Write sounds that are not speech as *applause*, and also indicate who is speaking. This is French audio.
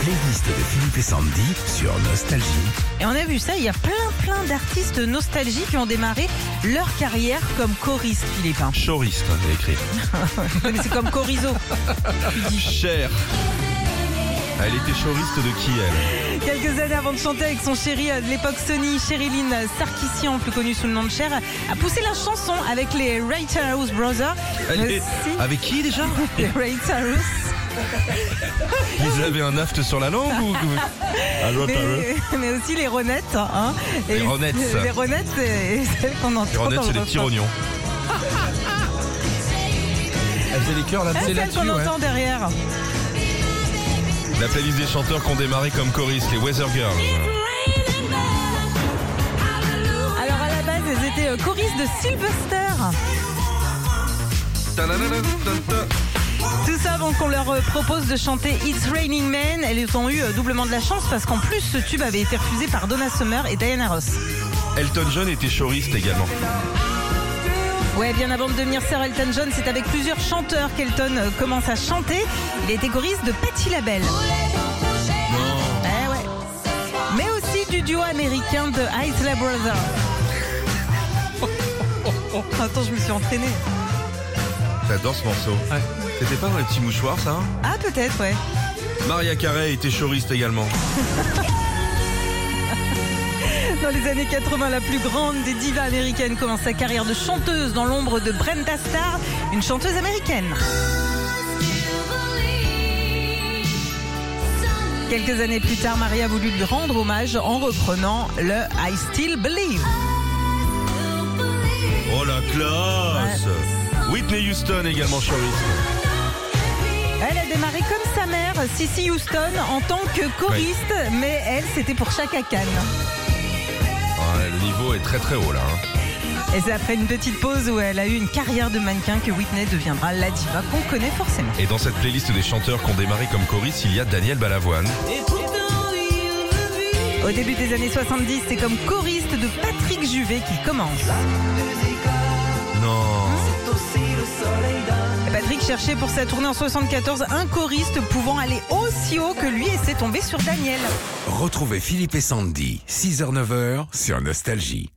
Speaker 1: playlist de Philippe et Sandy sur Nostalgie.
Speaker 2: Et on a vu ça, il y a plein plein d'artistes nostalgiques qui ont démarré leur carrière comme choriste, Philippin.
Speaker 3: Choriste, t'as écrit.
Speaker 2: *laughs* Mais c'est comme chorizo.
Speaker 3: Ah, Cher. Elle était choriste de qui elle
Speaker 2: Quelques années avant de chanter avec son chéri euh, de l'époque Sony, Sherilyn Sarkissian, plus connu sous le nom de Cher, a poussé la chanson avec les Ray Charles Brothers.
Speaker 3: Elle
Speaker 2: Mais
Speaker 3: est-
Speaker 2: si,
Speaker 3: Avec qui déjà
Speaker 2: les Ray Charles.
Speaker 3: Ils avaient un aft sur la langue ou Allô,
Speaker 2: mais, *laughs* mais aussi les Ronettes. Hein, Et
Speaker 3: Les Ronettes.
Speaker 2: Les Ronettes, et, et celles qu'on entend. dans
Speaker 3: c'est
Speaker 2: le
Speaker 3: des petits
Speaker 2: refrain.
Speaker 3: rognons.
Speaker 4: Elle faisait les cœurs là,
Speaker 2: Ah,
Speaker 4: c'est
Speaker 2: Celles
Speaker 4: là-dessus.
Speaker 2: qu'on
Speaker 4: ouais.
Speaker 2: entend derrière.
Speaker 3: La playlist des chanteurs qui ont démarré comme choristes, les Weather Girls.
Speaker 2: Alors à la base, elles étaient euh, choristes de Sylvester. Tout ça avant qu'on leur euh, propose de chanter It's Raining Men. Elles ont eu euh, doublement de la chance parce qu'en plus, ce tube avait été refusé par Donna Summer et Diana Ross.
Speaker 3: Elton John était choriste également.
Speaker 2: Ouais, bien avant de devenir Sir Elton John, c'est avec plusieurs chanteurs qu'Elton euh, commence à chanter. Il était choriste de Patti LaBelle. Eh ouais. Mais aussi du duo américain de Isla Brothers. Attends, je me suis entraînée.
Speaker 3: J'adore ce morceau. C'était pas dans les petits mouchoirs ça hein
Speaker 2: Ah, peut-être, ouais.
Speaker 3: Maria Carey était choriste également.
Speaker 2: Dans les années 80, la plus grande des divas américaines commence sa carrière de chanteuse dans l'ombre de Brenda Starr, une chanteuse américaine. Quelques années plus tard, Maria a voulu lui rendre hommage en reprenant le I Still Believe.
Speaker 3: Oh la classe Whitney Houston également choriste.
Speaker 2: Elle a démarré comme sa mère, Cissy Houston, en tant que choriste, mais elle, c'était pour Chaka Khan.
Speaker 3: Ouais, le niveau est très très haut là. hein.
Speaker 2: Et c'est après une petite pause où elle a eu une carrière de mannequin que Whitney deviendra la diva qu'on connaît forcément.
Speaker 3: Et dans cette playlist des chanteurs qui ont démarré comme choristes, il y a Daniel Balavoine.
Speaker 2: Au début des années 70, c'est comme choriste de Patrick Juvet qu'il commence.
Speaker 3: Non
Speaker 2: Et Patrick cherchait pour sa tournée en 74 un choriste pouvant aller aussi haut que lui et c'est tombé sur Daniel.
Speaker 1: Retrouvez Philippe et Sandy, 6h-9h sur Nostalgie.